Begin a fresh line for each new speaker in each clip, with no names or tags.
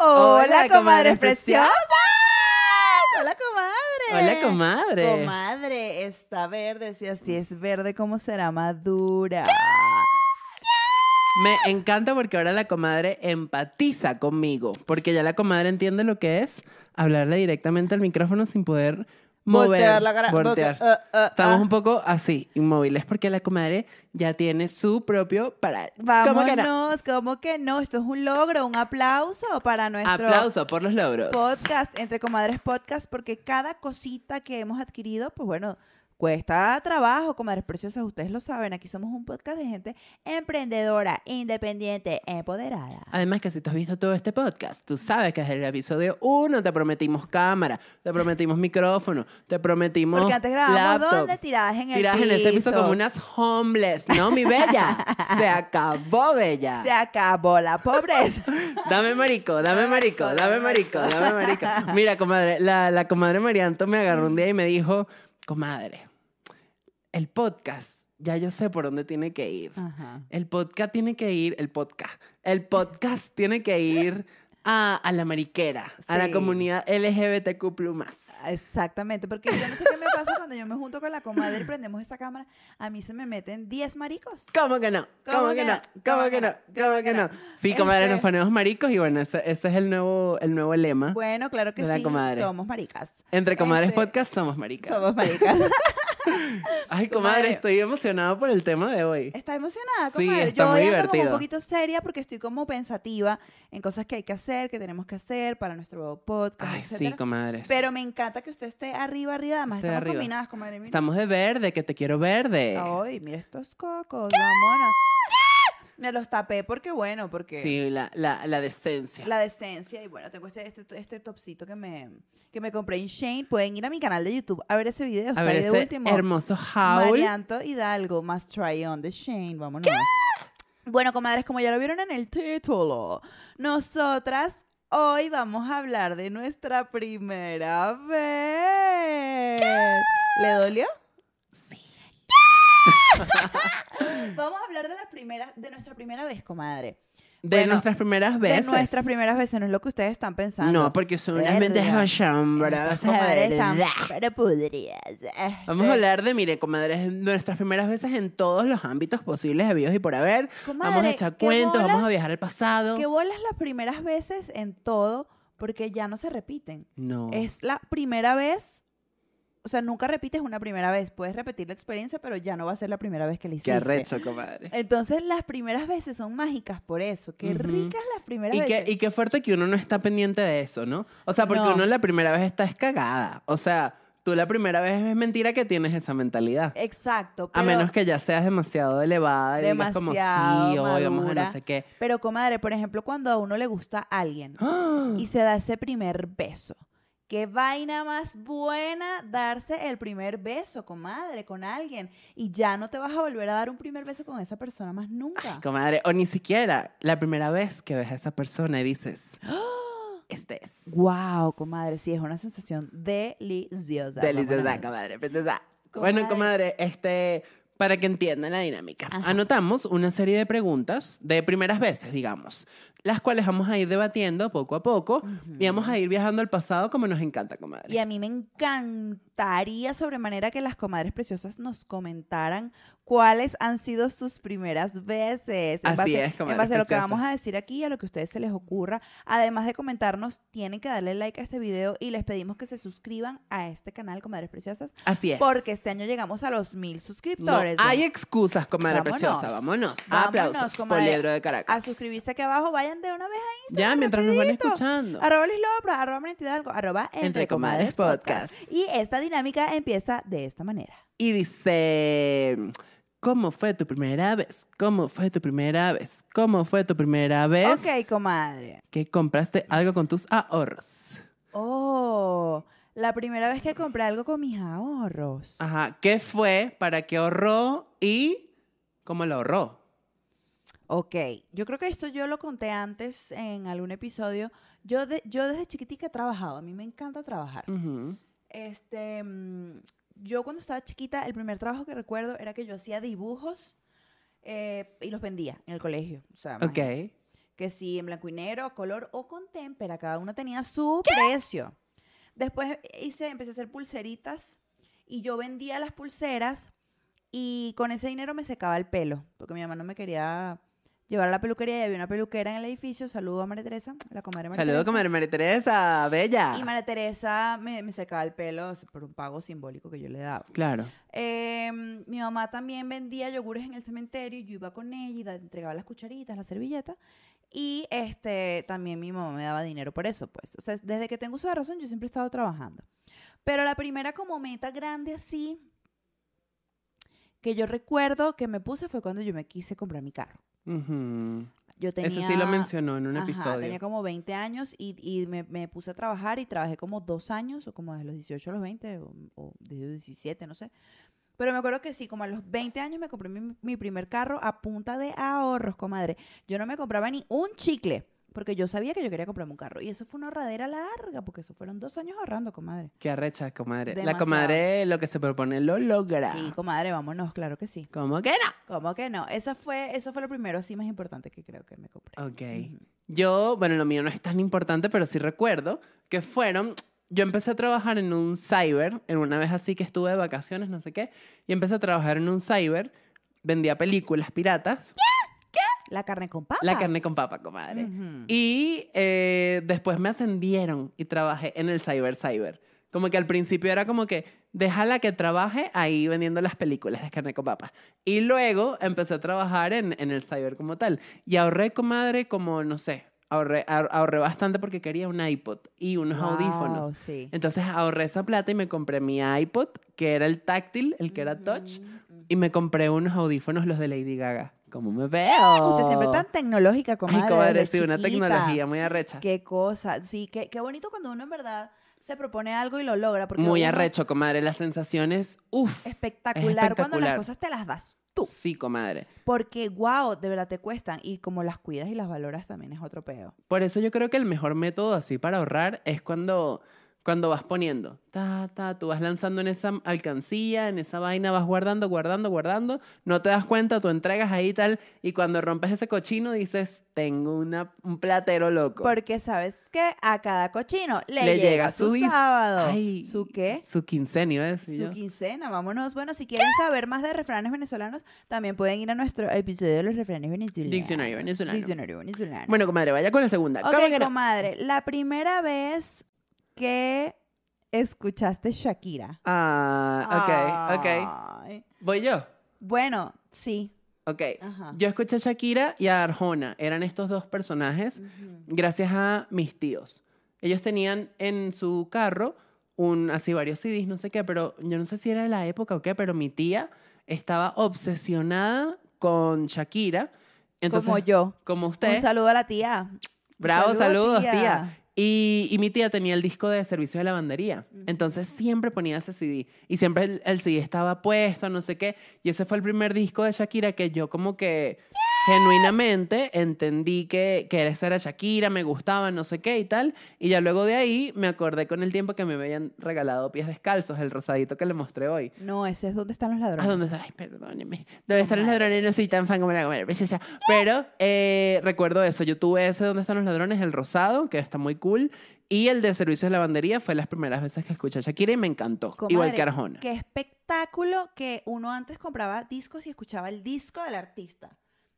Hola, comadres preciosas. Hola, comadre.
Hola, comadre.
Comadre, está verde. Si así es verde, ¿cómo será madura?
Me encanta porque ahora la comadre empatiza conmigo, porque ya la comadre entiende lo que es hablarle directamente al micrófono sin poder mover,
Voltear la cara.
voltear.
Voltear. Ah, ah,
Estamos
ah.
un poco así, inmóviles, porque la comadre ya tiene su propio paral. ¿Cómo que no?
Vámonos, ¿cómo que no? Esto es un logro, un aplauso para nuestro
Aplauso por los logros.
podcast, entre comadres podcast, porque cada cosita que hemos adquirido, pues bueno, cuesta trabajo, comadres preciosas, ustedes lo saben, aquí somos un podcast de gente emprendedora, independiente, empoderada.
Además que si tú has visto todo este podcast, tú sabes que desde el episodio 1 te prometimos cámara, te prometimos micrófono, te prometimos
Porque antes grabamos
laptop.
donde tiradas en el
Tiradas en ese piso
piso.
como unas homeless, ¿no, mi bella? Se acabó, bella.
Se acabó la pobreza.
Dame marico, dame marico, dame marico, dame marico. Mira, comadre, la, la comadre Marianto me agarró un día y me dijo, comadre, el podcast, ya yo sé por dónde tiene que ir.
Ajá.
El podcast tiene que ir, el podcast, el podcast tiene que ir a, a la mariquera, a la
Sí.
comunidad LGBTQ+.
Exactamente, porque yo no sé qué me pasa cuando yo me junto con la comadre y prendemos esa cámara, a mí se me meten 10 maricos.
¿Cómo que no? ¿Cómo que no? ¿Cómo que no? ¿Cómo que no? Sí, comadre,
Este-
nos ponemos maricos y bueno, ese, ese es el nuevo, el nuevo lema.
Bueno, claro que
Ah, De la
sí,
comadre.
somos maricas.
Entre comadres
este-
podcast somos maricas.
Somos maricas.
Ay,
Comadre. Este,
comadre, estoy emocionado por el tema de hoy.
Está emocionada,
Sí,
comadre.
está
Yo
muy
hoy ando como un
divertido.
poquito seria porque estoy como pensativa en cosas que hay que hacer, que tenemos que hacer para nuestro podcast,
Ay, sí,
pues, etcétera.
comadres.
Pero me encanta que usted esté arriba, arriba. Además,
Esté
estamos
arriba.
combinadas, comadre. Mira.
Estamos de verde, que te quiero verde.
Ay, mira estos cocos, vámonos. Me los tapé porque, bueno, porque
Sí, la, la, la decencia.
la decencia. Y bueno, tengo este, este, este topsito que me, que me compré en Shane. Pueden ir a mi canal de YouTube a ver ese video. Está
A ver,
ahí de
ese
último.
hermoso howl.
Marianto Hidalgo, más try on the Shane. Vámonos. Bueno, comadres, como ya lo vieron en el título, nosotras hoy vamos a hablar de nuestra primera vez. ¿Le dolió?
Sí.
Vamos a hablar de las primeras, de nuestra primera vez, comadre.
De
Bueno,
nuestras primeras
De
veces.
nuestras primeras veces, no es lo que ustedes están pensando.
No, porque son unas
Verga.
mentes asombrosas.
Estas
de
comadres están
verdad.
pero podrías.
Vamos
Este,
a hablar de, mire, comadres, nuestras primeras veces en todos los ámbitos posibles, habidos y por haber. vamos a echar cuentos, vamos a viajar al pasado.
Que bolas las primeras veces en todo, porque ya no se repiten.
No.
Es la primera vez, o sea, nunca repites una primera vez. Puedes repetir la experiencia, pero ya no va a ser la primera vez que la
Qué
hiciste.
arrecho, comadre.
Entonces, las primeras veces son mágicas por eso. Qué
Ujú.
ricas las primeras
Y
veces.
qué, y qué fuerte que uno no está pendiente de eso, ¿no? O sea, porque
No.
uno la primera vez está escagada. O sea, tú la primera vez es mentira que tienes esa mentalidad.
Exacto.
a
pero-
menos que ya seas demasiado elevada y digas como sí,
Demasiado
hoy vamos a
madura.
no sé qué.
Pero, comadre, por ejemplo, cuando a uno le gusta a alguien
¡Ah!
y se da ese primer beso. Qué vaina más buena darse el primer beso, comadre, con alguien. Y ya no te vas a volver a dar un primer beso con esa persona más nunca.
Comadre, o ni siquiera la primera vez que ves a esa persona y dices, este es.
wow, comadre, sí, es una sensación deliciosa.
Deliciosa,
Vámonos.
comadre, princesa.
Comadre.
Bueno, comadre, este, para que entiendan la dinámica,
Ajá.
anotamos una serie de preguntas de primeras veces, digamos, las cuales vamos a ir debatiendo poco a poco y vamos a ir viajando al pasado como nos encanta, comadre.
Y a mí me encantaría sobremanera que las comadres preciosas nos comentaran cuáles han sido sus primeras veces. En
Así
base,
es, comadres
En base a lo que
preciosas.
vamos a decir aquí, a lo que a ustedes se les ocurra. Además de comentarnos, tienen que darle like a este video y les pedimos que se suscriban a este canal, comadres preciosas,
Así es.
porque este año llegamos a los mil
No
suscriptores.
hay excusas, comadre
Vámonos.
preciosa. Vámonos.
Vámonos,
Aplausos,
comadre,
poliedro de
¿no? A
Caracas.
suscribirse aquí abajo, vayan de una vez a
Ya, mientras nos van
rapidito.
escuchando.
arroba Liz Lopra, arroba Marianita Hidalgo, arroba entre,
Entre
comadres
Comadres
podcast.
Podcast.
Y esta dinámica empieza de esta manera.
Y dice, ¿cómo fue tu primera vez? ¿Cómo fue tu primera vez? ¿Cómo fue tu primera vez?
Ok, comadre.
que compraste algo con tus ahorros.
Oh, la primera vez que compré algo con mis ahorros.
Ajá. ¿Qué fue? ¿Para qué ahorró? ¿Y cómo lo ahorró?
Ok, yo creo que esto yo lo conté antes en algún episodio. Yo, de- yo desde chiquitica he trabajado, a mí me encanta trabajar.
Mm.
Este, mm, yo cuando estaba chiquita, el primer trabajo que recuerdo era que yo hacía dibujos eh, y los vendía en el colegio. O sea,
Ok.
imagínense. que si en blanco y negro, color o con témpera, cada uno tenía su precio. Después hice, empecé a hacer pulseritas y yo vendía las pulseras y con ese dinero me secaba el pelo, porque mi mamá no me quería llevar a la peluquería y había una peluquera en el edificio. Saludo a María Teresa, la comadre María
Saludos
Teresa.
con María Teresa, bella.
Y María Teresa me, me secaba el pelo por un pago simbólico que yo le daba.
Claro.
Eh, mi mamá también vendía yogures en el cementerio y yo iba con ella y da- entregaba las cucharitas, las servilletas. Y este, también mi mamá me daba dinero por eso, pues. O sea, desde que tengo uso de razón, yo siempre he estado trabajando. Pero la primera como meta grande así, que yo recuerdo que me puse fue cuando yo me quise comprar mi carro.
Ujú.
Yo tenía...
Eso sí lo mencionó en un
Ajá,
episodio.
tenía como 20 años y, y me, me puse a trabajar y trabajé como dos años, o como desde los 18 a los 20, o, o desde los 17, no sé. Pero me acuerdo que sí, como a los 20 años me compré mi, mi primer carro a punta de ahorros, comadre. Yo no me compraba ni un chicle, porque yo sabía que yo quería comprarme un carro. Y eso fue una ahorradera larga, porque eso fueron dos años ahorrando, comadre.
Qué arrecha, comadre. La
Demasiado.
comadre lo que se propone lo logra.
Sí, comadre, vámonos, claro que sí.
¿Cómo que no?
¿Cómo que no? Esa fue, eso fue lo primero así más importante que creo que me compré.
Ok.
Ujú.
Yo, bueno, lo mío no es tan importante, pero sí recuerdo que fueron. Yo empecé a trabajar en un cyber, en una vez así que estuve de vacaciones, no sé qué, y empecé a trabajar en un cyber, vendía películas piratas,
La carne con papa.
la carne con papa, comadre.
Ujú.
Y eh, después me ascendieron y trabajé en el cyber cyber. Como que al principio era como que déjala que trabaje ahí vendiendo las películas de carne con papa. Y luego empecé a trabajar en, en el cyber como tal. Y ahorré, comadre, como no sé, ahorré, ahor- ahorré bastante porque quería un iPod y unos audífonos.
Wow, sí.
Entonces ahorré esa plata y me compré mi iPod, que era el táctil, el que era touch, y me compré unos audífonos, los de Lady Gaga. ¿Cómo me veo?
Usted siempre tan tecnológica, comadre.
Ay, comadre,
desde
sí, una
chiquita.
tecnología muy arrecha.
Qué cosa. Sí, qué, qué bonito cuando uno en verdad se propone algo y lo logra. Porque
Muy
uno-
arrecho, comadre. Las sensaciones, uff.
Espectacular, cuando las
espectacular.
cosas te las das tú.
Sí, comadre.
Porque, wow, de verdad te cuestan. Y como las cuidas y las valoras también es otro peo.
Por eso yo creo que el mejor método así para ahorrar es cuando, cuando vas poniendo. Ta, ta, tú vas lanzando en esa alcancía, en esa vaina, vas guardando, guardando, guardando. No te das cuenta, tú entregas ahí y tal. Y cuando rompes ese cochino dices, tengo una, un platero loco.
Porque sabes que a cada cochino le,
Le
llega,
llega
su
su dis-
sábado.
Ay,
¿Su qué?
Su quincenio, ¿ves? Y
Su
yo,
quincena, vámonos. Bueno, si quieren saber más de refranes venezolanos, también pueden ir a nuestro episodio de los refranes venezolanos.
Diccionario venezolano.
Diccionario venezolano.
Bueno, comadre, vaya con la segunda. ¿Cómo
Ok,
que no?
comadre, la primera vez que escuchaste Shakira.
Ah, ok, ok.
Ay.
Voy yo.
Bueno, sí.
Ok.
Ajá.
Yo escuché a Shakira y a Arjona. Eran estos dos personajes
Ujú.
gracias a mis tíos. Ellos tenían en su carro un, así varios CDs, no sé qué, pero yo no sé si era de la época o qué, pero mi tía estaba obsesionada con Shakira. Entonces,
Como yo.
Como
Un
usted.
saludo a la tía. Un
Bravo,
saludo,
saludos, tía. Y, y mi tía tenía el disco de servicio de lavandería. Entonces siempre ponía ese CD. Y siempre el, el CD estaba puesto, no sé qué. Y ese fue el primer disco de Shakira que yo como que genuinamente entendí que, que esa era Shakira, me gustaba, no sé qué y tal. Y ya luego de ahí me acordé con el tiempo que me habían regalado pies descalzos, el rosadito que le mostré hoy.
No, ese es donde están los
¿A
ladrones.
dónde está? Ay, perdóneme. ¿Dónde están los ladrones? No soy tan fan como la comadre princesa. Pero eh, recuerdo eso. Yo tuve ese ¿Dónde están los ladrones? El rosado, que está muy cool. Y el de servicios de lavandería fue las primeras veces que escuché a Shakira y me encantó.
Comadre,
Igual que Arjona.
Qué espectáculo que uno antes compraba discos y escuchaba el disco del artista.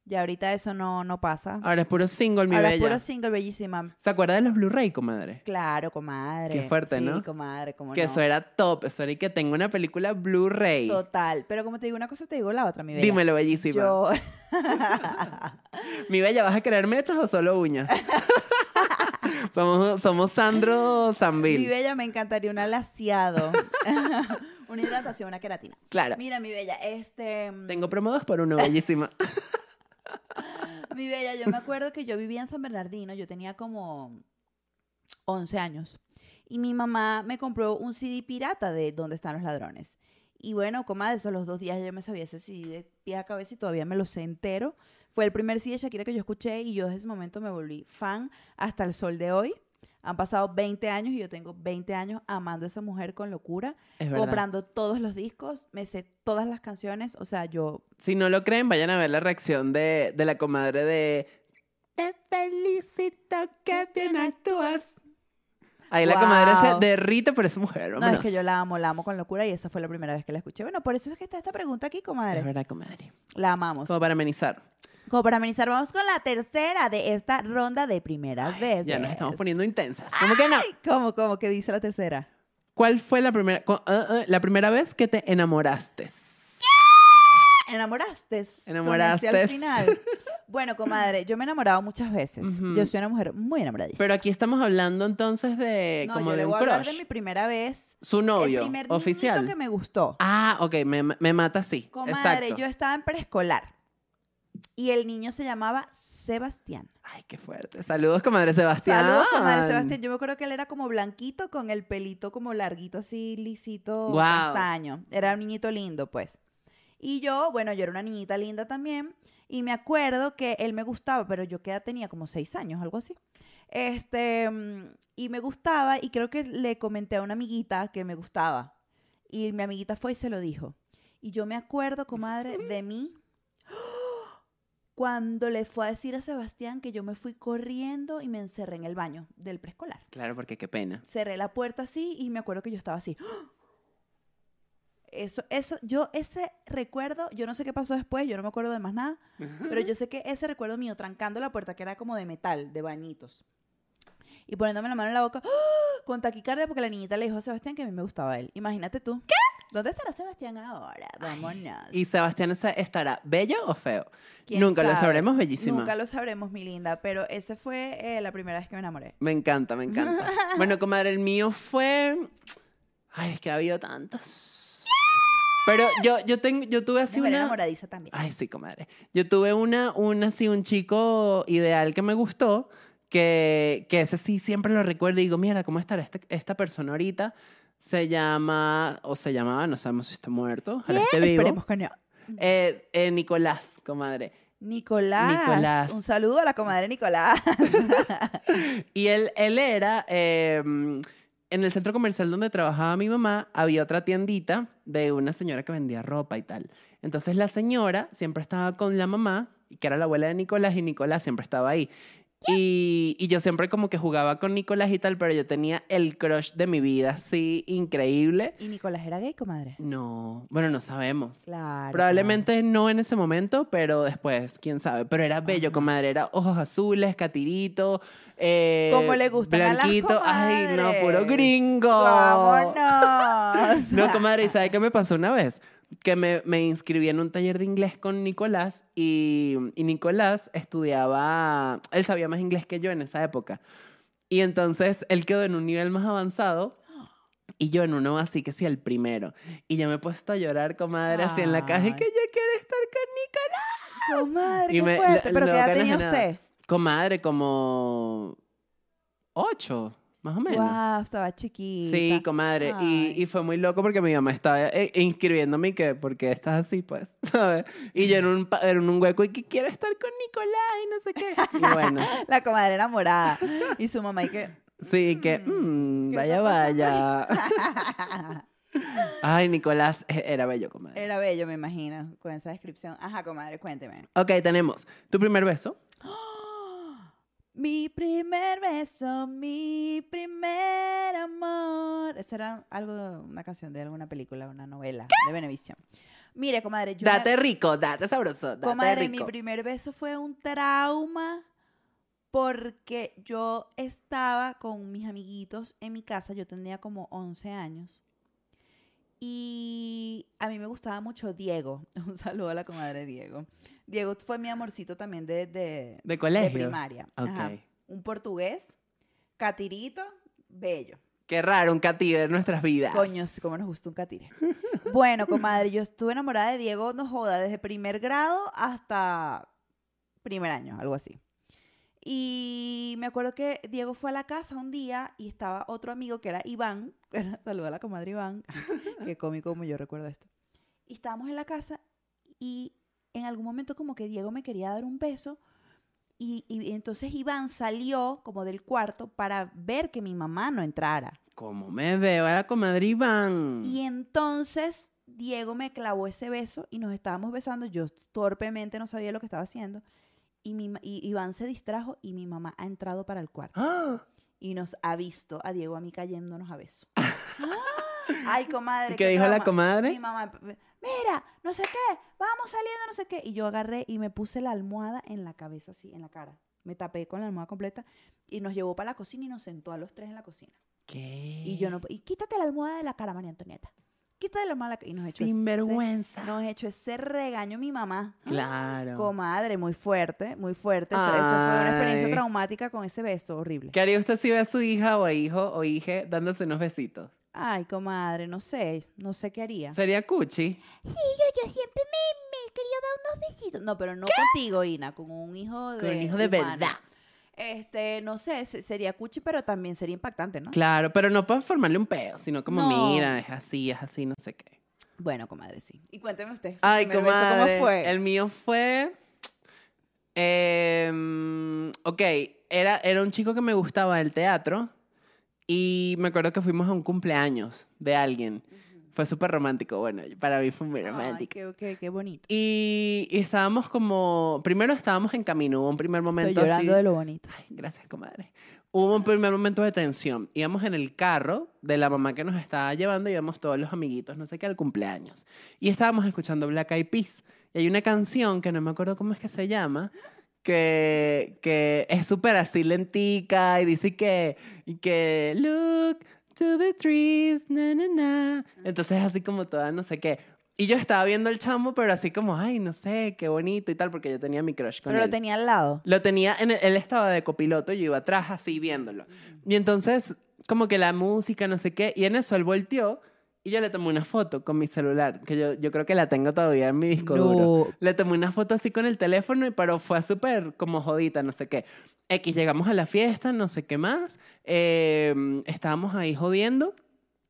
Y ahorita eso no, no pasa.
Ahora es puro single, Ah, mi
Ahora es
bella.
puro single, bellísima.
¿Se acuerda de los Blu-ray, comadre?
Claro, comadre.
Qué fuerte,
sí,
¿no?
comadre, cómo
Que
no.
eso era top. Eso era y que tengo una película Blu-ray.
Total. Pero como te digo una cosa, te digo la otra, mi bella.
Dímelo, bellísima.
Yo,
Mi bella, ¿vas a querer mechas o solo uñas? somos, somos Sandro
mi
Sanville.
bella, me encantaría un alaciado. una hidratación, una queratina.
Claro.
Mira, mi bella, este. mm,
Tengo promo dos por uno, bellísima.
Mi bella, yo me acuerdo que yo vivía en San Bernardino, yo tenía como 11 años. Y mi mamá me compró un CD pirata de ¿Dónde están los ladrones? Y bueno, comadre, esos los dos días ya yo me sabía ese CD de pies a cabeza y todavía me lo sé entero. Fue el primer CD de Shakira que yo escuché y yo desde ese momento me volví fan hasta el sol de hoy. Han pasado 20 años y yo tengo 20 años amando a esa mujer con locura,
Es verdad.
comprando todos los discos, me sé todas las canciones, o sea, yo
Si no lo creen, vayan a ver la reacción de, de la comadre de... "Te Te felicito, que bien actúas. Ahí la
Wow.
comadre se derrite, pero es mujer.
No, es que
vámonos.
yo la amo, la amo con locura y esa fue la primera vez que la escuché. Bueno, por eso es que está esta pregunta aquí,
Es
comadre.
verdad, comadre.
La amamos.
Como para amenizar.
Como para amenizar, vamos con la tercera de esta ronda de primeras veces.
Ya nos estamos poniendo intensas. ¿Cómo que no?
Ay, ¿Cómo, cómo? ¿Qué dice la tercera?
¿Cuál fue la primera, cu- ah, ah, la primera vez que te enamoraste?
Enamoraste.
Enamoraste.
Con ese al final. Bueno, comadre, yo me he enamorado muchas veces.
Ujú.
Yo soy una mujer muy enamoradiza.
Pero aquí estamos hablando entonces de
no,
como
yo
de
le
un
voy a hablar de
crush.
mi primera vez.
Su
el
novio
primer niñito
oficial.
que me gustó.
Ah, ok, me, me mata sí.
Comadre,
Exacto.
yo estaba en preescolar. Y el niño se llamaba Sebastián.
Ay, qué fuerte. Saludos, comadre Sebastián.
Saludos, comadre Sebastián. Yo me acuerdo que él era como blanquito con el pelito como larguito, así lisito,
Guau.
castaño. Era un niñito lindo, pues. Y yo, bueno, yo era una niñita linda también. Y me acuerdo que él me gustaba, pero yo que edad tenía como seis años, algo así. Este, mm, y me gustaba, y creo que le comenté a una amiguita que me gustaba. Y mi amiguita fue y se lo dijo. Y yo me acuerdo, comadre, de mí cuando le fue a decir a Sebastián que yo me fui corriendo y me encerré en el baño del preescolar.
Claro, porque qué pena.
Cerré la puerta así y me acuerdo que yo estaba así. ¡Ah! Eso, eso, yo ese recuerdo, yo no sé qué pasó después, yo no me acuerdo de más nada, pero yo sé que ese recuerdo mío trancando la puerta que era como de metal, de bañitos, y poniéndome la mano en la boca, ¡ah! con taquicardia porque la niñita le dijo a Sebastián que a mí me gustaba él. Imagínate tú. ¿Qué? ¿Dónde estará Sebastián ahora? Vámonos.
¿Y Sebastián esa- estará bello o feo?
¿Quién
Nunca lo
sabe?
sabremos, bellísima.
Nunca lo sabremos, mi linda, pero esa fue eh, la primera vez que me enamoré.
Me encanta, me encanta. bueno, comadre, el mío fue. Ay, es que ha habido tantos. Pero yo, yo, tengo, yo tuve así
Una Ah, mujer
una.
enamoradiza también.
Ay, sí, comadre. Yo tuve una, una, así, un chico ideal que me gustó, que, que ese sí siempre lo recuerdo y digo, mira, ¿cómo estará este- esta persona ahorita? Se llama, o se llamaba, no sabemos si está muerto, ojalá esté vivo.
Esperemos que no.
Eh, eh, Nicolás, comadre.
Nicolás.
Nicolás.
Un saludo a la comadre Nicolás.
Y él, él era, eh, en el centro comercial donde trabajaba mi mamá, había otra tiendita de una señora que vendía ropa y tal. Entonces la señora siempre estaba con la mamá, que era la abuela de Nicolás, y Nicolás siempre estaba ahí. Y, y yo siempre como que jugaba con Nicolás y tal, pero yo tenía el crush de mi vida, así increíble.
¿Y Nicolás era gay, comadre?
No, bueno, no sabemos.
Claro.
Probablemente no en ese momento, pero después, quién sabe. Pero era bello,
Ajá.
comadre. Era ojos azules, catirito. Eh,
Como le gustan a las
Blanquito. Ay, no,
comadres.
puro gringo.
comadre. ¡Vámonos!
No, comadre, ¿y sabe qué me pasó una vez? Que me, me inscribí en un taller de inglés con Nicolás y, y Nicolás estudiaba, él sabía más inglés que yo en esa época. Y entonces él quedó en un nivel más avanzado y yo en uno así que sí, el primero. Y yo me he puesto a llorar, comadre, así en la caja y que yo quiero estar con Nicolás.
Comadre,
Y
qué
me-
fuerte.
la-
¿Pero
lo
qué edad
ganas de
tenía
nada.
usted?
Comadre, como ocho, más o menos.
Wow, estaba chiquita.
Sí, comadre. Y,
Ay.
y fue muy loco porque mi mamá estaba eh, inscribiéndome y que, porque estás así, pues, ¿sabes? Y yo en un, pa- en un hueco y que quiero estar con Nicolás y no sé qué. Y bueno,
La comadre enamorada. Y su mamá, y que...
sí, que,
Mm,
mm,
¿qué
vaya,
está pasando
vaya. Ay, Nicolás eh, era bello, comadre.
Era bello, me imagino, con esa descripción. Ajá, comadre, cuénteme.
Ok, tenemos tu primer beso.
Mi primer beso, mi primer amor. Esa era algo, una canción de alguna película, una novela de Benevisión. Mire, comadre, yo. me-
Date rico, date sabroso, date
comadre, mi
rico.
primer beso fue un trauma porque yo estaba con mis amiguitos en mi casa. Yo tenía como 11 años. Y a mí me gustaba mucho Diego. Un saludo a la comadre Diego. Diego fue mi amorcito también de- de,
¿De
de
colegio?
primaria. ajá.
Ok.
Un portugués, catirito, bello.
Qué raro, un catire en nuestras vidas.
Coño, sí, cómo nos gusta un catire. Bueno, comadre, yo estuve enamorada de Diego, no joda, desde primer grado hasta primer año, algo así. Y me acuerdo que Diego fue a la casa un día y estaba otro amigo que era Iván. Saluda a la comadre Iván. Qué cómico como yo recuerdo esto. Y estábamos en la casa y en algún momento como que Diego me quería dar un beso y, y entonces Iván salió como del cuarto para ver que mi mamá no entrara.
¿Cómo me veo a la comadre Iván?
Y entonces Diego me clavó ese beso y nos estábamos besando. Yo torpemente no sabía lo que estaba haciendo. y, mi, ma- y Iván se distrajo y mi mamá ha entrado para el cuarto
¡Ah!
y nos ha visto a Diego a mí cayéndonos a besos. Ay, comadre.
¿Y qué dijo la
trauma.
comadre?
Mi mamá, mira, no sé qué, vamos saliendo, no sé qué. Y yo agarré y me puse la almohada en la cabeza, así, en la cara. Me tapé con la almohada completa y nos llevó para la cocina y nos sentó a los tres en la cocina.
¿Qué?
Y yo no, y quítate la almohada de la cara, María Antonieta. Quítate la almohada de la cara. Y nos echó ese-
Sinvergüenza.
Nos echó ese regaño mi mamá.
Claro.
Comadre, muy fuerte, muy fuerte. Eso, eso fue una experiencia
Ay.
traumática con ese beso horrible.
¿Qué haría usted si ve a su hija o hijo o hija dándose unos besitos?
Ay, comadre, no sé, no sé qué haría.
¿Sería cuchi?
yo, yo siempre me, me quería dar unos besitos. No, pero no contigo, Ina, con un hijo de.
Con un hijo de
humano.
verdad.
Este, no sé, se- sería cuchi, pero también sería impactante, ¿no?
Claro, pero no para formarle un pedo, sino como,
No.
mira, es así, es así, no sé qué.
Bueno, comadre, sí. Y cuénteme usted. su
Ay,
primer beso,
comadre.
¿Cómo fue?
El mío fue... em, ok, era, era un chico que me gustaba del teatro y me acuerdo que fuimos a un cumpleaños de alguien. Fue súper romántico, bueno, para mí fue muy
Ay,
romántico.
qué, qué, qué bonito.
Y, y estábamos como, primero estábamos en camino, hubo un primer momento
Estoy llorando
así-
de lo bonito.
Ay, gracias, comadre. Hubo un primer momento de tensión. Íbamos en el carro de la mamá que nos estaba llevando, íbamos todos los amiguitos, no sé qué, al cumpleaños. Y estábamos escuchando Black Eyed Peas. Y hay una canción que no me acuerdo cómo es que se llama, que, que es súper así lentica y dice que, y que, look to the trees, na, na, na. Entonces así como toda no sé qué. Y yo estaba viendo el chamo, pero así como, ay, no sé, qué bonito y tal, porque yo tenía mi crush con
Pero
él.
lo tenía al lado.
Lo tenía, en el- él estaba de copiloto, yo iba atrás así viéndolo. Y entonces, como que la música, no sé qué, y en eso él volteó y yo le tomé una foto con mi celular, que yo, yo creo que la tengo todavía en mi disco duro.
No.
Le tomé una foto así con el teléfono, y pero fue súper como jodita, no sé qué. X, llegamos a la fiesta, no sé qué más. eh, estábamos ahí jodiendo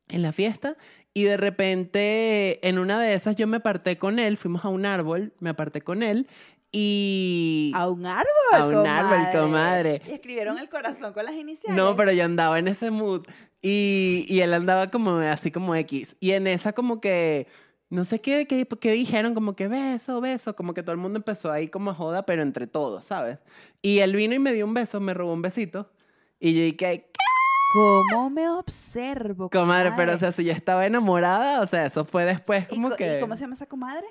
en la fiesta y de repente en una de esas yo me aparté con él, fuimos a un árbol, me aparté con él y...
A un árbol,
A un árbol,
comadre.
comadre.
Y escribieron el corazón con las iniciales.
No, pero yo andaba en ese mood y, y él andaba como así como X. Y en esa como que, no sé qué, qué, qué dijeron, como que beso, beso, como que todo el mundo empezó ahí como a joda, pero entre todos, ¿sabes? Y él vino y me dio un beso, me robó un besito. Y yo dije, ¿qué?
¿Cómo me observo, comadre?
Comadre, pero o sea, si yo estaba enamorada, o sea, eso fue después
¿Y,
como
co- y
que...
cómo se llama esa comadre?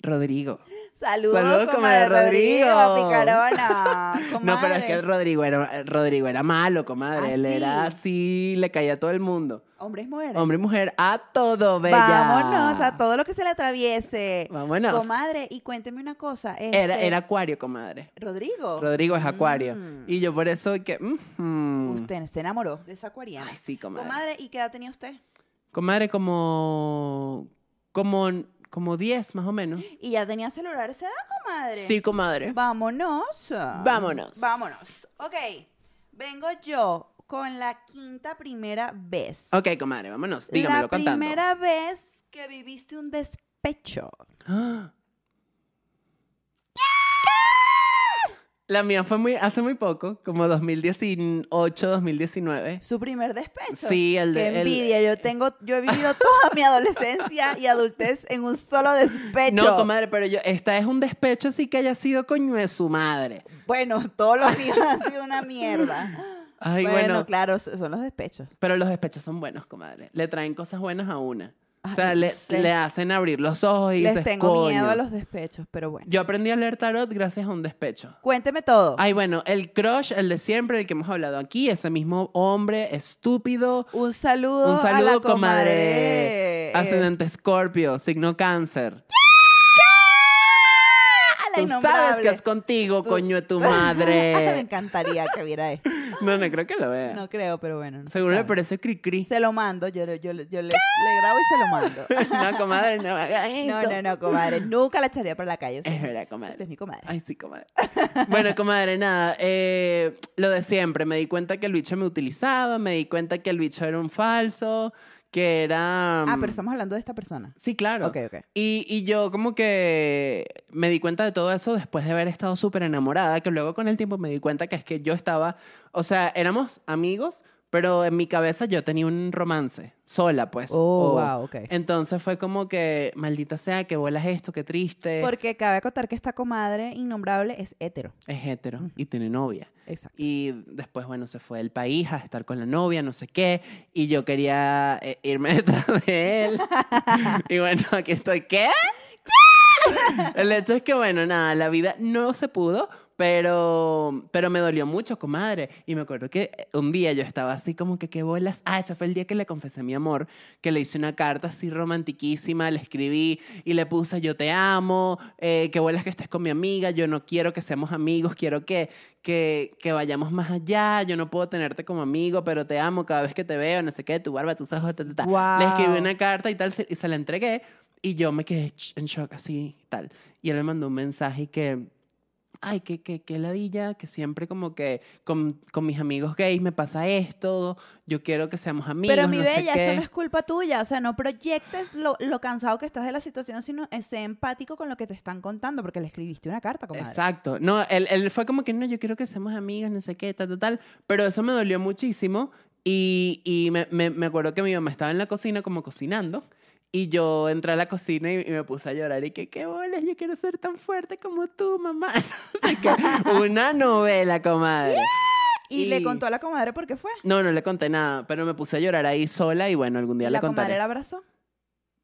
Rodrigo.
Saludos,
Saludos,
comadre
comadre
Rodrigo,
Rodrigo.
picarona.
No, pero es que el
comadre.
Rodrigo era, el Rodrigo era malo, comadre.
Ah,
él era
sí.
así, le caía a todo el mundo.
Hombres mueren.
Hombre y mujer, a todo, bella.
Vámonos a todo lo que se le atraviese.
Vámonos.
Comadre, y cuénteme una cosa. este,
Era, era acuario, comadre.
Rodrigo.
Rodrigo es acuario.
Mm.
Y yo por eso que... mhm.
Usted se enamoró de esa acuariana.
Ay, sí, comadre. Comadre,
comadre, ¿y qué edad tenía usted?
como... Como... Como 10 más o menos.
¿Y ya tenía celular a esa edad, comadre?
Sí, comadre.
Vámonos.
Vámonos.
Vámonos. Ok. Vengo yo con la quinta primera vez.
Ok, comadre, vámonos. Dígamelo
la
contando.
primera vez que viviste un despecho.
¡Ah! La mía fue muy, hace muy poco, como 2018, 2019.
Su primer despecho.
Sí, el eh,
Qué
de... el-
envidia. Yo tengo, yo he vivido toda mi adolescencia y adultez en un solo despecho.
No, comadre, pero yo, esta es un despecho así que haya sido coño de su madre.
Bueno, todos los míos han sido una mierda.
Ay,
bueno,
bueno,
claro, s- son los despechos.
pero los despechos son buenos, comadre. Le traen cosas buenas a una.
Ay,
o sea,
no
le,
sé.
le hacen abrir los ojos y
Les
dices,
tengo miedo
"Coño".
a los despechos, pero bueno.
Yo aprendí a leer tarot gracias a un despecho.
Cuénteme todo.
Ay, bueno, el crush, el de siempre, el que hemos hablado aquí, ese mismo hombre estúpido,
un saludo,
Un
a la comadre.
saludo, comadre.
eh,
ascendente escorpio, signo cáncer.
a la
Tú sabes que
innombrable.
es contigo,
Tú-
coño de tu
Me
madre.
encantaría que viera esto.
no, no creo que lo vea.
No creo, pero bueno. no se
Seguro le
sabe.
parece cri cri.
Se lo mando, yo, yo, yo le, le grabo y se lo mando.
no, comadre, no hagas
No,
esto.
no, no, comadre. Nunca la echaría para la calle. o sea,
Es verdad,
Usted
comadre.
es mi comadre.
Ay, sí, comadre. Bueno, comadre, nada. eh, lo de siempre. Me di cuenta que el bicho me utilizaba, me di cuenta que el bicho era un falso, que era.
Ah,
mm,
pero estamos hablando de esta persona.
Sí, claro.
Ok, ok.
Y, y yo como que me di cuenta de todo eso después de haber estado súper enamorada, que luego con el tiempo me di cuenta que es que yo estaba, o sea, éramos amigos, Pero en mi cabeza yo tenía un romance, sola pues.
Oh,
O-
wow, ok.
Entonces fue como que, maldita sea, que bolas esto, qué triste.
Porque cabe acotar que esta comadre innombrable es hétero.
Es hetero
Ujú.
y tiene novia.
Exacto.
Y después, bueno, se fue del país a estar con la novia, no sé qué. Y yo quería eh, irme detrás de él. y bueno, aquí estoy. ¿Qué? El hecho es que, bueno, nada, la vida no se pudo, pero, pero me dolió mucho, comadre. Y me acuerdo que un día yo estaba así como que, ¿qué bolas? Ah, ese fue el día que le confesé mi amor, que le hice una carta así romantiquísima, le escribí y le puse, yo te amo, eh, qué bolas que estés con mi amiga, yo no quiero que seamos amigos, quiero que, que, que vayamos más allá, yo no puedo tenerte como amigo, pero te amo cada vez que te veo, no sé qué, tu barba, tus ojos, ta, ta, ta. Le escribí
Guau.
una carta y tal, se- y se la entregué. Y yo me quedé ch- en shock así y tal. Y él me mandó un mensaje y que, ay, que, que, que ladilla, que siempre como que con, con mis amigos gays me pasa esto, yo quiero que seamos amigos.
Pero mi
no sé
bella,
qué.
eso no es culpa tuya. O sea, no proyectes lo, lo cansado que estás de la situación, sino eh, sé empático con lo que te están contando, porque le escribiste una carta, comadre.
Exacto. No, él, él fue como que no, yo quiero que seamos amigos, no sé qué, tal, tal, tal. Pero eso me dolió muchísimo. Y, y me, me- me acuerdo que mi mamá estaba en la cocina como cocinando. Y yo entré a la cocina y, y me puse a llorar. Y que, qué bolas, yo quiero ser tan fuerte como tú, mamá. No sé qué. Una novela, comadre.
Y, le
Y-
contó a la comadre por qué fue.
No, no le conté nada, pero me puse a llorar ahí sola. Y bueno, algún día
la
le contaré.
comadre la abrazó.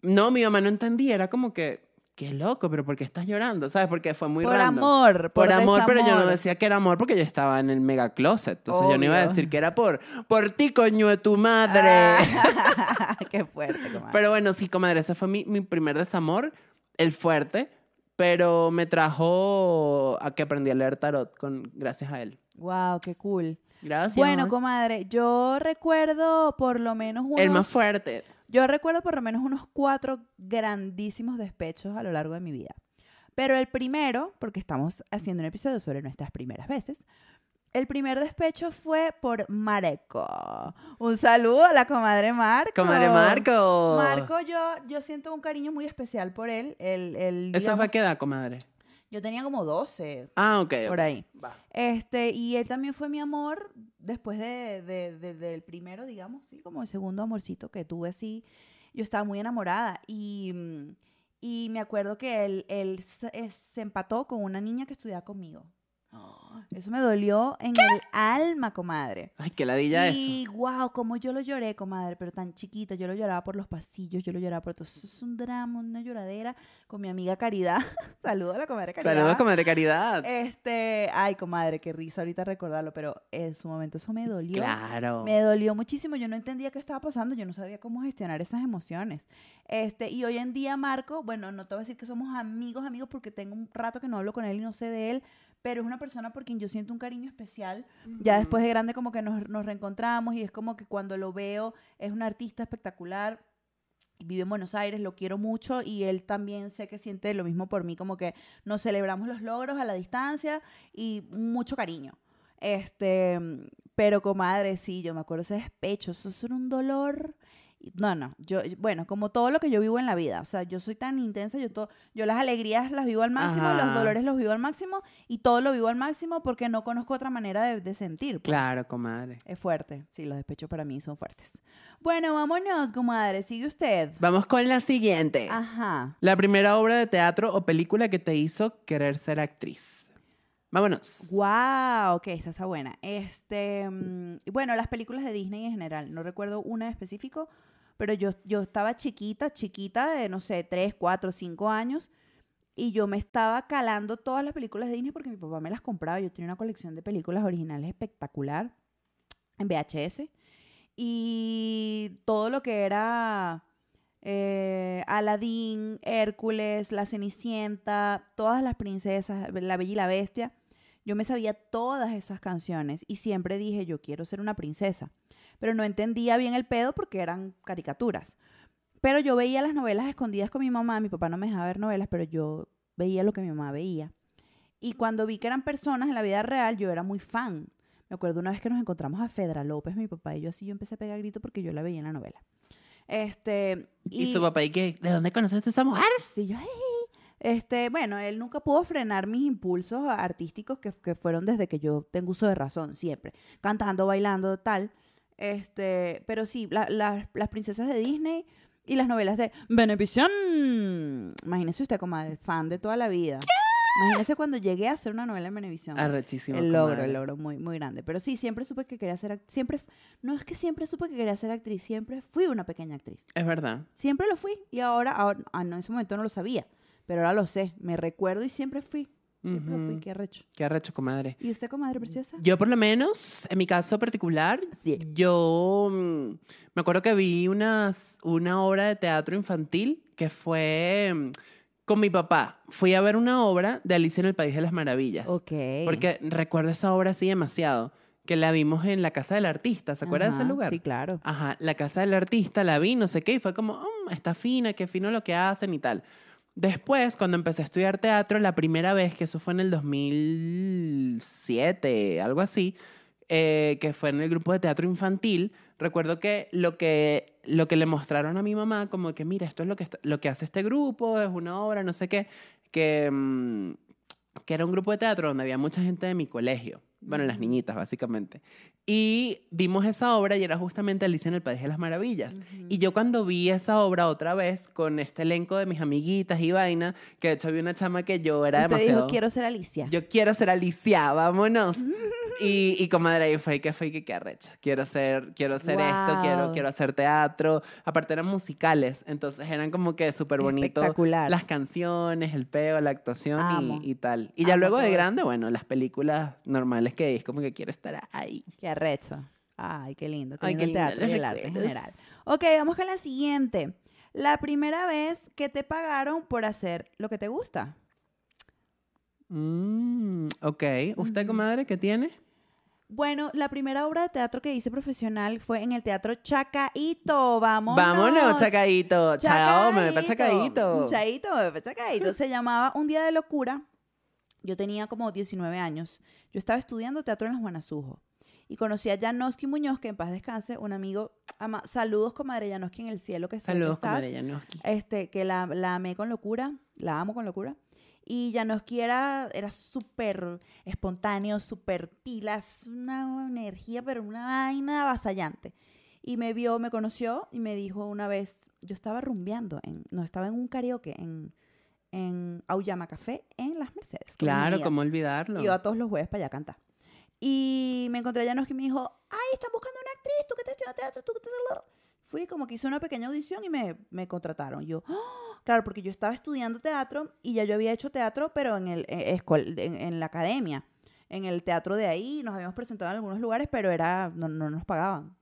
No, mi mamá no entendía. Era como que, qué loco, pero ¿por qué estás llorando? ¿Sabes? Porque fue muy
por
random.
amor, por,
Por amor, pero yo no
desamor.
decía que era amor porque yo estaba en el mega closet. Entonces yo no iba a
Obvio.
decir que era por, por ti, coño de tu madre.
Ah, qué fuerte, comadre.
Pero bueno, sí, comadre, ese fue mi, mi primer desamor, el fuerte, pero me trajo a que aprendí a leer tarot con, gracias a él.
Wow, qué cool.
Gracias.
Bueno, comadre, yo recuerdo por lo menos unos...
El más fuerte.
Yo recuerdo por lo menos unos cuatro grandísimos despechos a lo largo de mi vida. Pero el primero, porque estamos haciendo un episodio sobre nuestras primeras veces, el primer despecho fue por Marco. Un saludo a la comadre Marco.
Comadre Marco.
Marco, yo, yo siento un cariño muy especial por él. Él- él,
¿Eso
digamos,
fue a qué edad, comadre?
Yo tenía como 12,
Ah, ok. ok.
por ahí.
Va.
Este, y él también fue mi amor después de, de- de- del primero, digamos, sí, como el segundo amorcito que tuve así. Yo estaba muy enamorada y, mm, y me acuerdo que él, él se, eh, se empató con una niña que estudiaba conmigo. Eso me dolió en el alma, comadre.
Ay, qué ladilla eso.
Y wow, como yo lo lloré, comadre, pero tan chiquita, yo lo lloraba por los pasillos, yo lo lloraba por todo. Eso es un drama, una lloradera con mi amiga Caridad. Saludos a la comadre Caridad.
Saludos, comadre Caridad.
Este, ay, comadre, qué risa ahorita recordarlo, pero en su momento eso me dolió.
claro.
Me dolió muchísimo, yo no entendía qué estaba pasando, yo no sabía cómo gestionar esas emociones. Este, y hoy en día, Marco, bueno, no te voy a decir que somos amigos, amigos, porque tengo un rato que no hablo con él y no sé de él, pero es una persona por quien yo siento un cariño especial. Ya después de grande como que nos, nos reencontramos y es como que cuando lo veo es un artista espectacular. Vive en Buenos Aires, lo quiero mucho y él también sé que siente lo mismo por mí, como que nos celebramos los logros a la distancia y mucho cariño. Este, pero comadre, sí, yo me acuerdo ese despecho, eso es un dolor. No, no, yo, bueno, como todo lo que yo vivo en la vida, o sea, yo soy tan intensa, yo, to- yo las alegrías las vivo al máximo,
Ajá.
los dolores los vivo al máximo y todo lo vivo al máximo porque no conozco otra manera de, de sentir. pues.
Claro, comadre.
Es fuerte, sí, los despechos para mí son fuertes. Bueno, vámonos, comadre, sigue usted.
Vamos con la siguiente.
Ajá.
La primera obra de teatro o película que te hizo querer ser actriz. Vámonos.
Wow, ok, esa está buena. Este, mm, bueno, las películas de Disney en general, no recuerdo una en específico, pero yo, yo estaba chiquita, chiquita de, no sé, 3, 4, 5 años, y yo me estaba calando todas las películas de Disney porque mi papá me las compraba, yo tenía una colección de películas originales espectacular en VHS, y todo lo que era eh, Aladín, Hércules, La Cenicienta, todas las princesas, La Bella y la Bestia. Yo me sabía todas esas canciones y siempre dije, yo quiero ser una princesa. Pero no entendía bien el pedo porque eran caricaturas. Pero yo veía las novelas escondidas con mi mamá. Mi papá no me dejaba ver novelas, pero yo veía lo que mi mamá veía. Y cuando vi que eran personas en la vida real, yo era muy fan. Me acuerdo una vez que nos encontramos a Fedra López, mi papá, y yo así, yo empecé a pegar grito porque yo la veía en la novela. Este,
Y, su papá, ¿y qué? ¿De dónde conociste a esa mujer?
Sí, yo, "Ay". Este, bueno, él nunca pudo frenar mis impulsos a- artísticos que, que fueron desde que yo tengo uso de razón, siempre. Cantando, bailando, tal. Este, pero sí, la- la- las princesas de Disney y las novelas de Benevisión. Imagínese usted, comadre, fan de toda la vida. Imagínese cuando llegué a hacer una novela en Benevisión.
Arrechísimo.
El logro, el
comadre.
logro muy, muy grande. Pero sí, siempre supe que quería ser act- siempre f- No es que siempre supe que quería ser actriz, siempre fui una pequeña actriz.
Es verdad.
Siempre lo fui y ahora, ahora ah, no, en ese momento no lo sabía, pero ahora lo sé, me recuerdo y siempre fui. Siempre lo fui,
Ujú.
qué arrecho.
Qué arrecho, comadre.
¿Y usted, comadre preciosa?
Yo por lo menos, en mi caso particular,
Sí.
yo mm, me acuerdo que vi unas, una obra de teatro infantil que fue mm, con mi papá. Fui a ver una obra de Alicia en el País de las Maravillas.
Ok.
Porque recuerdo esa obra así demasiado, que la vimos en la Casa del Artista, ¿se acuerda de ese
Ajá,
lugar?
Sí, claro.
Ajá, la casa del artista, la vi, no sé qué, y fue como, "Mm, está fina, qué fino lo que hacen y tal. Después, cuando empecé a estudiar teatro, la primera vez, que eso fue en el 2007, algo así, eh, que fue en el grupo de teatro infantil, recuerdo que lo que, lo que le mostraron a mi mamá, como que, mira, esto es lo que, est- lo que hace este grupo, es una obra, no sé qué, que, mm, que era un grupo de teatro donde había mucha gente de mi colegio, bueno, las
Ujú.
niñitas, básicamente. Y vimos esa obra y era justamente Alicia en el País de las Maravillas. Y yo cuando vi esa obra otra vez con este elenco de mis amiguitas y vaina, que de hecho había una chama que yo era
usted
demasiado...
dijo, quiero ser Alicia.
Yo quiero ser Alicia, vámonos. Y, y comadre, ahí fue que fue que qué arrecho. Quiero ser, quiero hacer esto, quiero,
Guau.
quiero hacer teatro. Aparte eran musicales, entonces eran como que súper bonitos
Espectacular.
las canciones, el peo, la actuación
Amo.
y- y, tal. Y ya
Amo
luego de
todo
grande, bueno, las películas normales que es como que quiero estar ahí.
Qué arrecho. Ay, qué lindo. Qué
Ay,
lindo
qué
el
lindo
teatro
los
y el arte en
recuerdos.
general. Ok, vamos con la siguiente. La primera vez que te pagaron por hacer lo que te gusta.
Mm, ok. ¿Usted,
Ujú.
comadre, qué tiene?
Bueno, la primera obra de teatro que hice profesional fue en el Teatro Chacaito. Vámonos.
Vámonos, chacadito. Chao, me pa' chacadito.
Chaito, me pa' chacadito. Se llamaba Un Día de Locura. Yo tenía como 19 años. Yo estaba estudiando teatro en las Guanasujo. Y conocí a Janoski Muñoz, que en paz descanse, un amigo. ama- Saludos, comadre Janoski en el cielo, que sé que
Saludos,
estás.
comadre Janoski.
Este, que la, la amé con locura, la amo con locura. Y Janoski era, era súper espontáneo, súper pilas, una energía, pero una vaina avasallante. Y me vio, me conoció y me dijo una vez, yo estaba rumbeando, en, no, estaba en un karaoke en, en Auyama Café en Las Mercedes. con mis
Claro,
amigas.
cómo olvidarlo.
Iba todos los jueves para allá a cantar. Y me encontré a Janoski y me dijo, ay, están buscando una actriz, tú que te estudias teatro, tú que te... Fui como que hice una pequeña audición y me, me contrataron. Yo, "Ah". claro, porque yo estaba estudiando teatro y ya yo había hecho teatro, pero en, el, eh, escuel- en, en la academia, en el teatro de ahí, nos habíamos presentado en algunos lugares, pero era no, no nos pagaban.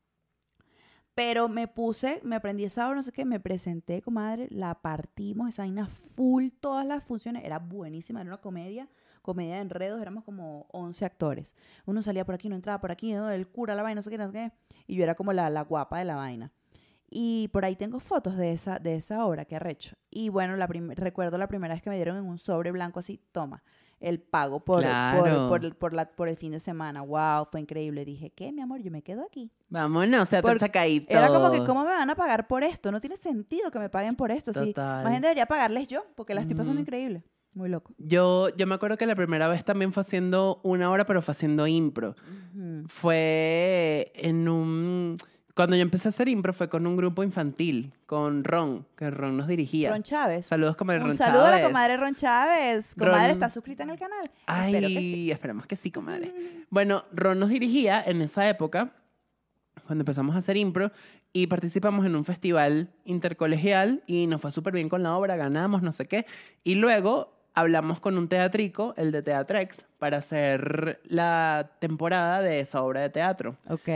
Pero me puse, me aprendí esa hora, no sé qué, me presenté, comadre, la partimos, esa vaina full, todas las funciones, era buenísima, era una comedia comedia de enredos, éramos como 11 actores. Uno salía por aquí, no entraba por aquí, ¿no? el cura, la vaina, no sé qué, no sé qué. Y yo era como la, la guapa de la vaina. Y por ahí tengo fotos de esa, de esa obra, que arrecho. Y bueno, la prim- recuerdo la primera vez que me dieron en un sobre blanco así, toma, el pago por,
Claro.
por, por, el- por la, por el fin de semana. Wow, fue increíble. Dije, ¿qué, mi amor? Yo me quedo aquí.
Vámonos, te
Por-
chacadito.
Era como que, ¿cómo me van a pagar por esto? No tiene sentido que me paguen por esto. Sí,
Total.
más bien debería pagarles yo, porque la estoy pasando
Ujú.
increíble. Muy loco.
Yo, yo me acuerdo que la primera vez también fue haciendo una hora, pero fue haciendo impro.
Ujú.
Fue en un... Cuando yo empecé a hacer impro fue con un grupo infantil, con Ron, que Ron nos dirigía.
Ron Chávez.
Saludos, comadre
Un
Ron
saludo a la
Chávez.
comadre Ron Chávez. Comadre,
Ron-
¿está suscrita en el canal?
Ay,
Espero que sí.
esperemos que sí, comadre. Bueno, Ron nos dirigía en esa época, cuando empezamos a hacer impro, y participamos en un festival intercolegial y nos fue súper bien con la obra, ganamos, no sé qué. Y luego hablamos con un teatrico, el de Teatrex, para hacer la temporada de esa obra de teatro.
Ok.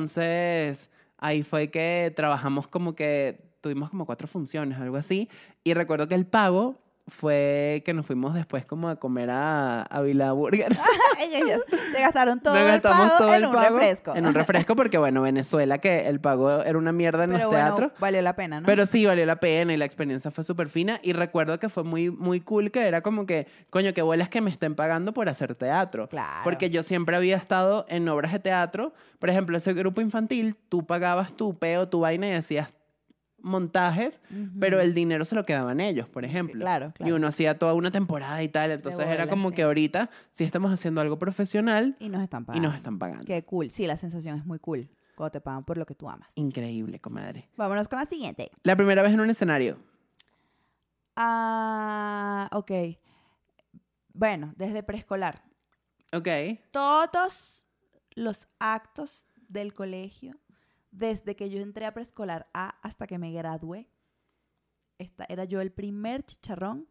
Entonces, ahí fue que trabajamos como que tuvimos como cuatro funciones, algo así. Y recuerdo que el pago fue que nos fuimos después como a comer a, a Vila Burger.
Ellos se gastaron todo
Nos
el pago en un
pago
refresco.
En un refresco, porque bueno, Venezuela, que el pago era una mierda en
Pero
los
bueno,
teatros.
valió la pena, ¿no?
Pero sí, valió la pena y la experiencia fue súper fina. Y recuerdo que fue muy, muy cool, que era como que, coño, qué bolas que me estén pagando por hacer teatro.
Claro.
Porque yo siempre había estado en obras de teatro. Por ejemplo, ese grupo infantil, tú pagabas tu peo, tu vaina y hacías montajes,
Ujú.
pero el dinero se lo quedaban ellos, por ejemplo.
Claro, claro.
Y uno hacía toda una temporada y tal. Entonces era
bolas,
como
sí.
que ahorita sí estamos haciendo algo profesional
Y nos están
y
pagando.
nos están pagando.
Qué cool. Sí, la sensación es muy cool. cuando te pagan por lo que tú amas.
Increíble, comadre.
Vámonos con la siguiente.
La primera vez en un escenario.
Ah, ok. Bueno, desde preescolar.
Ok.
Todos los actos del colegio, desde que yo entré a preescolar A hasta que me gradué, esta, era yo el primer chicharrón.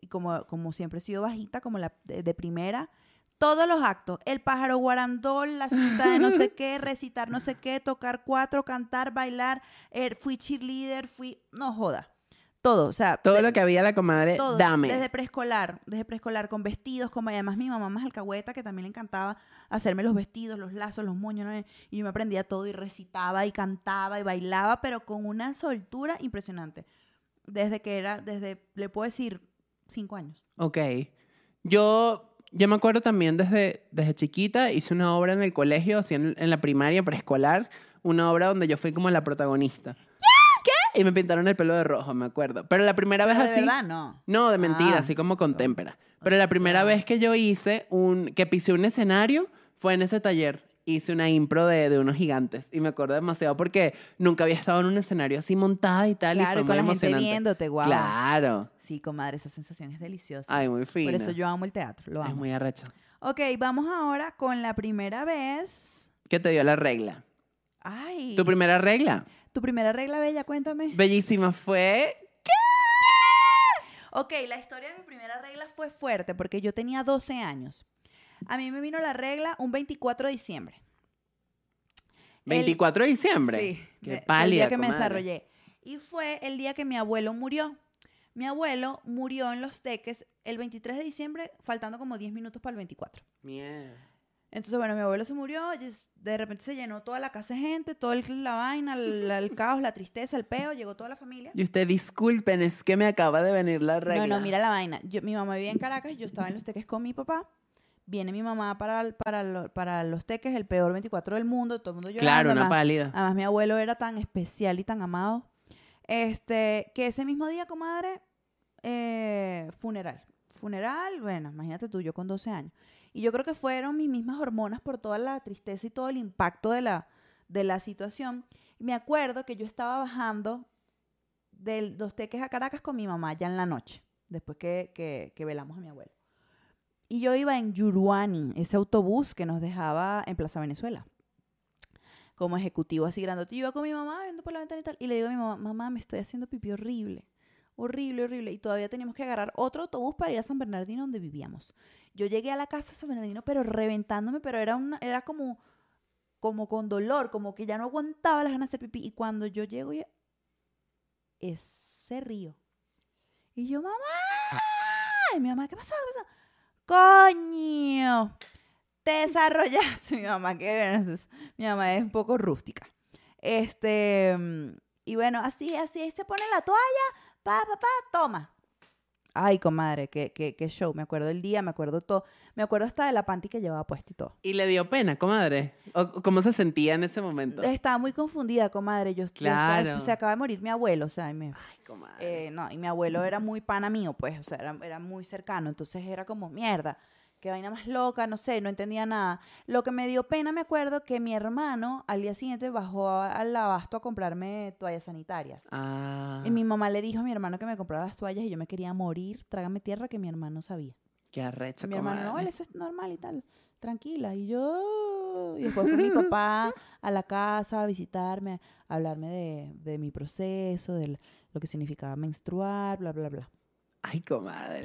Y como, como siempre he sido bajita, como la de, de primera, todos los actos, el pájaro guarandol, la cinta de no sé qué, recitar no sé qué, tocar cuatro, cantar, bailar, eh, fui cheerleader, fui, no joda, todo, o sea,
Todo
de-
lo que había la comadre,
todo,
Eh, dame.
Desde preescolar, desde preescolar, con vestidos, como además mi mamá más alcahueta, que también le encantaba hacerme los vestidos, los lazos, los moños, ¿no? y yo me aprendía todo y recitaba y cantaba y bailaba, pero con una soltura impresionante. Desde que era, desde, le puedo decir, cinco años.
Ok. Yo, yo me acuerdo también desde, desde chiquita, hice una obra en el colegio, así en, en la primaria preescolar, una obra donde yo fui como la protagonista. ¿Qué? Y me pintaron el pelo de rojo, me acuerdo. Pero la primera vez
Pero de
así...
verdad, no.
No, de mentira,
Ah.
así como con témpera. Pero la primera vez que yo hice un, que pisé un escenario fue en ese taller. Hice una impro de, de unos gigantes y me acuerdo demasiado porque nunca había estado en un escenario así montada y tal. y
Claro,
fue
y con
muy
la gente
emocionante.
viéndote, guau.
Claro.
Sí, comadre, esa sensación es deliciosa.
Ay, muy fino.
Por eso yo amo el teatro, lo
Es
amo.
muy arrecho.
Ok, vamos ahora con la primera vez.
¿Qué te dio la regla?
Ay,
¿Tu primera regla?
tu primera regla, Bella, cuéntame.
Bellísima fue...
Ok, la historia de mi primera regla fue fuerte porque yo tenía 12 años. A mí me vino la regla un 24 de diciembre. El-
24 de diciembre.
Sí, me-
Qué
fue el
pálida,
día que me
comadre.
desarrollé. Y fue el día que mi abuelo murió. Mi abuelo murió en Los Teques el 23 de diciembre, faltando como 10 minutos para el 24.
Mierda.
Entonces, bueno, mi abuelo se murió, y es- de repente se llenó toda la casa de gente, todo el, la vaina, la- el caos, la tristeza, el peo, llegó toda la familia.
Y usted, disculpen, es que me acaba de venir la regla.
No, no, mira la vaina. Yo- mi mamá vivía en Caracas, yo estaba en Los Teques con mi papá. Viene mi mamá para, el- para, lo- para Los Teques, el peor 24 del mundo, todo el mundo llorando. Ah.
Claro, una
además,
pálida.
además, mi abuelo era tan especial y tan amado. Este, que ese mismo día, comadre, eh, funeral. Funeral, bueno, imagínate tú, yo con 12 años. Y yo creo que fueron mis mismas hormonas por toda la tristeza y todo el impacto de la, de la situación. Me acuerdo que yo estaba bajando de Los Teques a Caracas con mi mamá ya en la noche, después que, que, que velamos a mi abuelo. Y yo iba en Yuruani, ese autobús que nos dejaba en Plaza Venezuela, como ejecutivo así grandote. Yo iba con mi mamá viendo por la ventana y tal, y le digo a mi mamá, mamá, me estoy haciendo pipí horrible, horrible, horrible. Y todavía teníamos que agarrar otro autobús para ir a San Bernardino donde vivíamos. Yo llegué a la casa de San Bernardino, pero reventándome, pero era, una, era como, como con dolor, como que ya no aguantaba las ganas de hacer pipí. Y cuando yo llego y- ese río. Y yo, mamá, y mi mamá, ¿qué pasó? ¿Qué pasó? Coño, te desarrollaste. Mi mamá, que bueno, es- mi mamá es un poco rústica. Este, mm, y bueno, así, así, ahí se pone la toalla, pa, pa, pa, toma. Ay, comadre, qué, qué, qué show. Me acuerdo el día, me acuerdo todo. Me acuerdo hasta de la panty que llevaba puesta y todo.
¿Y le dio pena, comadre? ¿O ¿Cómo se sentía en ese momento?
Estaba muy confundida, comadre. Yo, yo estaba-
Claro.
se acaba de morir mi abuelo, o sea, y me,
Ay, comadre.
Eh, no, y mi abuelo era muy pana mío, pues, o sea, era, era muy cercano. Entonces era como, mierda, qué vaina más loca, no sé, no entendía nada. Lo que me dio pena, me acuerdo, que mi hermano al día siguiente bajó a- al abasto a comprarme toallas sanitarias.
Ah,
Y mi mamá le dijo a mi hermano que me comprara las toallas y yo me quería morir, trágame tierra, que mi hermano sabía.
qué arrecho,
Mi hermano, no,
comadre.
vale, eso es normal y tal, tranquila. Y yo, y después fue mi papá a la casa a visitarme, a hablarme de, de mi proceso, de lo que significaba menstruar, bla, bla, bla.
Ay, comadre.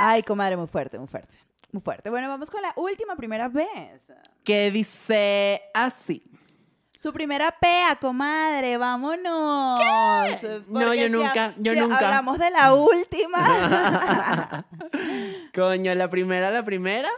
Ay, comadre, muy fuerte, muy fuerte. Muy fuerte. Bueno, vamos con la última primera vez.
¿Qué dice así?
Su primera pea, comadre, vámonos.
No,
Porque
yo
si
nunca, yo
si
nunca. Mm.
Hablamos de la última.
Coño, la primera, la primera.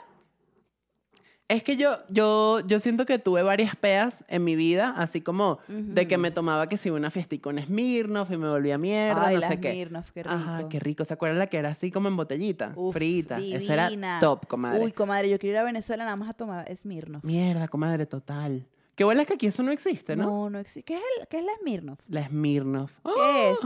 Es que yo, yo, yo siento que tuve varias peas en mi vida, así como de que
Ujú.
me tomaba que si una fiestica con Smirnoff y me volvía mierda,
Ay,
Ah, no
las
sé qué.
Smirnoff, qué
Ajá,
rico.
qué rico. ¿Se acuerdan la que era así como en botellita?
Uf,
frita. Esa era
divina.
top, comadre.
Uy, comadre, yo quiero ir a Venezuela nada más a tomar Smirnoff.
Mierda, comadre, total. Qué bueno es que aquí eso no existe, ¿no?
No, no existe. ¿Qué es, el, ¿Qué es la Smirnoff?
La Smirnoff. ¡Ah!
¿Qué es?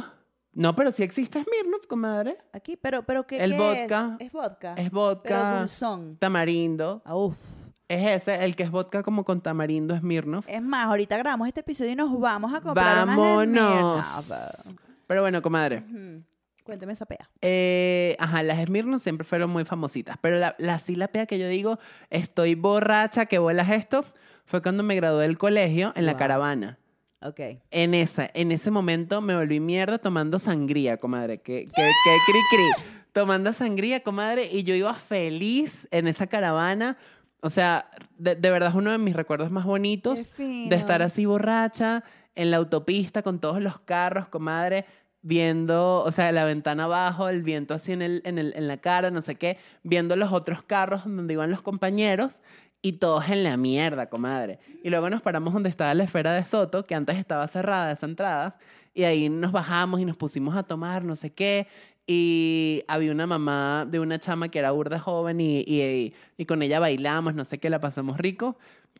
No, pero sí existe Smirnoff, comadre.
Aquí, pero, pero ¿qué,
El
qué
vodka.
es? Es vodka.
Es
Pero
vodka,
dulzón.
tamarindo.
Ah, Uf.
Es ese, el que es vodka como con tamarindo Smirnoff.
Es más, ahorita grabamos este episodio y nos vamos a comprar
Vámonos.
unas Smirnoff.
Pero bueno, comadre.
Ujú. Cuénteme esa pea.
Eh, ajá, las Smirnoff siempre fueron muy famositas. Pero la, la, sí, la pea que yo digo, estoy borracha, que vuelas esto, fue cuando me gradué del colegio en la
Wow.
caravana.
Ok.
En esa, en ese momento me volví mierda tomando sangría, comadre. Que, que, que cri cri. Tomando sangría, comadre, y yo iba feliz en esa caravana. O sea, de, de verdad es uno de mis recuerdos más bonitos de estar así borracha en la autopista con todos los carros, comadre, viendo, o sea, la ventana abajo, el viento así en, el, en, el- en la cara, no sé qué, viendo los otros carros donde iban los compañeros y todos en la mierda, comadre. Y luego nos paramos donde estaba la esfera de Soto, que antes estaba cerrada esa entrada, y ahí nos bajamos y nos pusimos a tomar, no sé qué. Y había una mamá de una chama que era burda joven y, y, y con ella bailamos, no sé qué, la pasamos rico.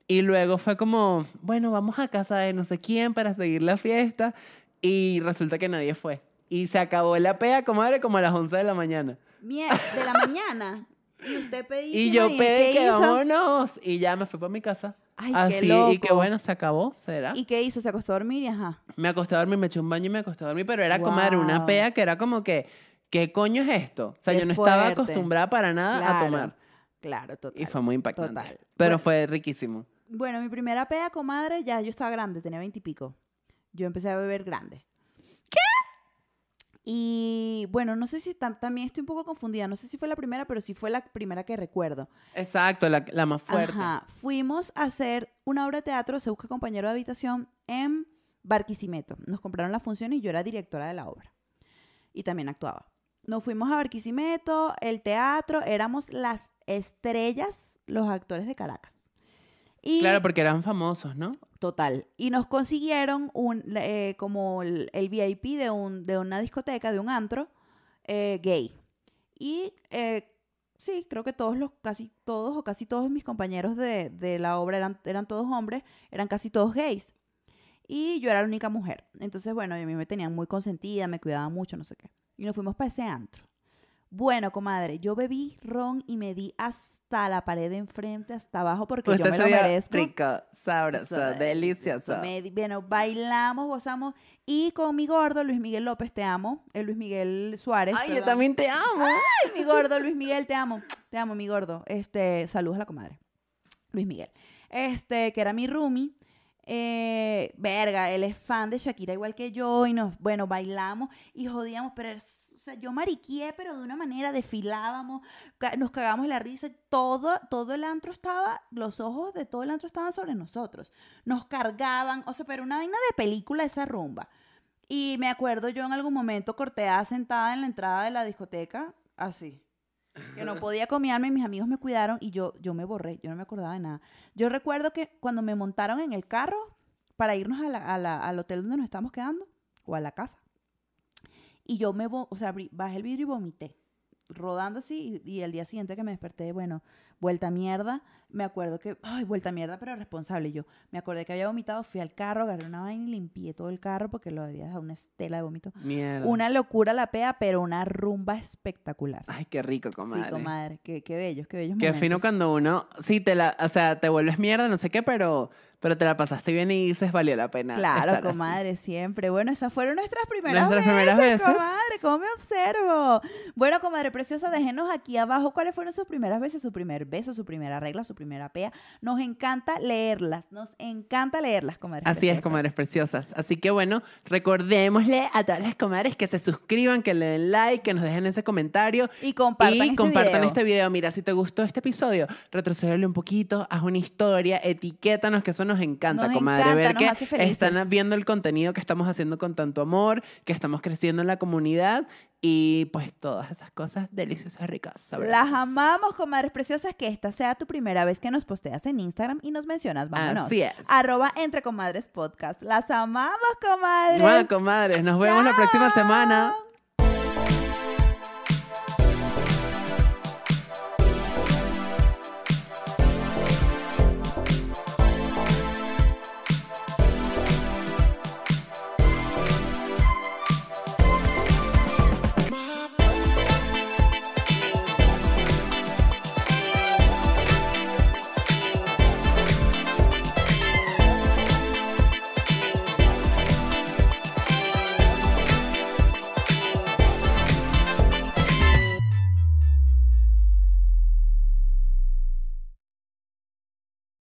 Y luego fue como, bueno, vamos a casa de no sé quién para seguir la fiesta. Y resulta que nadie fue. Y se acabó la pea, comadre, como a las 11 de la mañana.
Mie- de la mañana. Y usted pedí.
Y yo pedí
¿qué
que
hizo?
vámonos. Y ya me fui para mi casa.
Ay,
Así,
qué loco.
y que bueno, se acabó, será.
¿Y qué hizo? Se acostó a dormir y ajá.
Me acosté a dormir, me eché un baño y me acosté a dormir, pero era comadre una
Wow.
pea que era como que, ¿qué coño es esto? O sea,
Qué
yo no estaba
fuerte.
acostumbrada para nada Ah, a
Claro,
tomar.
Claro, total.
Y fue muy impactante.
total.
Pero
Bueno.
fue riquísimo.
Bueno, mi primera peda, comadre, ya yo estaba grande, tenía veintipico. Yo empecé a beber grande. ¿Qué? Y bueno, no sé si tam- también estoy un poco confundida. No sé si fue la primera, pero sí fue la primera que recuerdo.
Exacto, la, la más fuerte.
Ajá. Fuimos a hacer una obra de teatro, se busca compañero de habitación, en Barquisimeto. Nos compraron las funciones y yo era directora de la obra. Y también actuaba. Nos fuimos a Barquisimeto, el teatro, éramos las estrellas, los actores de Caracas. Y
Claro, porque eran famosos, ¿no?
Total. Y nos consiguieron un, la- eh, como el, el VIP de, un, de una discoteca, de un antro eh, gay. Y eh, sí, creo que todos los, casi todos o casi todos mis compañeros de, de la obra eran, eran todos hombres, eran casi todos gays. Y yo era la única mujer. Entonces, bueno, a mí me tenían muy consentida, me cuidaban mucho, no sé qué. Y nos fuimos para ese antro. Bueno, comadre, yo bebí ron y me di hasta la pared de enfrente, hasta abajo,
Pues
porque yo me lo
sería
merezco.
Rico, sabroso,
Eso,
delicioso.
eso, me di- bueno, bailamos, gozamos. Y con mi gordo, Luis Miguel López, te amo. El Luis Miguel Suárez.
Ay, yo
perdón.
también te amo.
Ay, mi gordo, Luis Miguel, te amo. Te amo, mi gordo. Este, saludos a la comadre. Luis Miguel. Este, que era mi roomie. Eh, verga, él es fan de Shakira igual que yo. Y nos, bueno, bailamos y jodíamos, pero es- o sea, yo mariquié, pero de una manera desfilábamos, ca- nos cagamos la risa, y todo, todo el antro estaba, los ojos de todo el antro estaban sobre nosotros. Nos cargaban, o sea, pero una vaina de película esa rumba. Y me acuerdo yo en algún momento corteada sentada en la entrada de la discoteca, así. Que no podía comiarme y mis amigos me cuidaron y yo, yo me borré, yo no me acordaba de nada. Yo recuerdo que cuando me montaron en el carro para irnos a la- a la- al hotel donde nos estábamos quedando o a la casa, y yo me, vo- o sea, abrí- bajé el vidrio y vomité, rodando así, y, y el día siguiente que me desperté, bueno, vuelta a mierda, me acuerdo que, ay, vuelta a mierda, pero responsable Y yo. Me acordé que había vomitado, fui al carro, agarré una vaina y limpié todo el carro porque lo había dejado una estela de vómito.
Mierda.
Una locura la pea, pero una rumba espectacular.
Ay, qué rico, Ah, comadre.
Sí, comadre, pues. qué, qué bellos, qué bellos
Qué
momentos.
fino cuando uno, sí, te la, o sea, te vuelves mierda, no sé qué, pero, pero te la pasaste bien y dices, valió la pena.
Claro,
estar así".
comadre, siempre. Bueno, esas fueron nuestras primeras
Nuestras
veces,
primeras veces.
comadre. ¿Cómo me observo? Bueno, comadre preciosa, déjenos aquí abajo cuáles fueron sus primeras veces, su primer beso, su primera regla, su primera pea. Nos encanta leerlas, nos encanta leerlas, comadre.
Así es, comadres preciosas. Así que bueno, recordémosle a todas las comadres que se suscriban, que le den like, que nos dejen ese comentario
Y compartan,
y
este,
compartan
video.
este video. Mira, si te gustó este episodio, retrocederle un poquito, haz una historia, etiquétanos, que eso nos encanta,
Nos
comadre.
encanta,
ver
nos hace
que
felices.
están viendo el contenido que estamos haciendo con tanto amor, que estamos creciendo en la comunidad y pues todas esas cosas deliciosas, ricas, sabrosas.
Las amamos, comadres preciosas. Que esta sea tu primera vez que nos posteas en Instagram y nos mencionas. Vámonos.
Así es.
Arroba entre comadres podcast. Las amamos, comadres.
Mua, comadres, nos vemos la próxima semana.
Chao.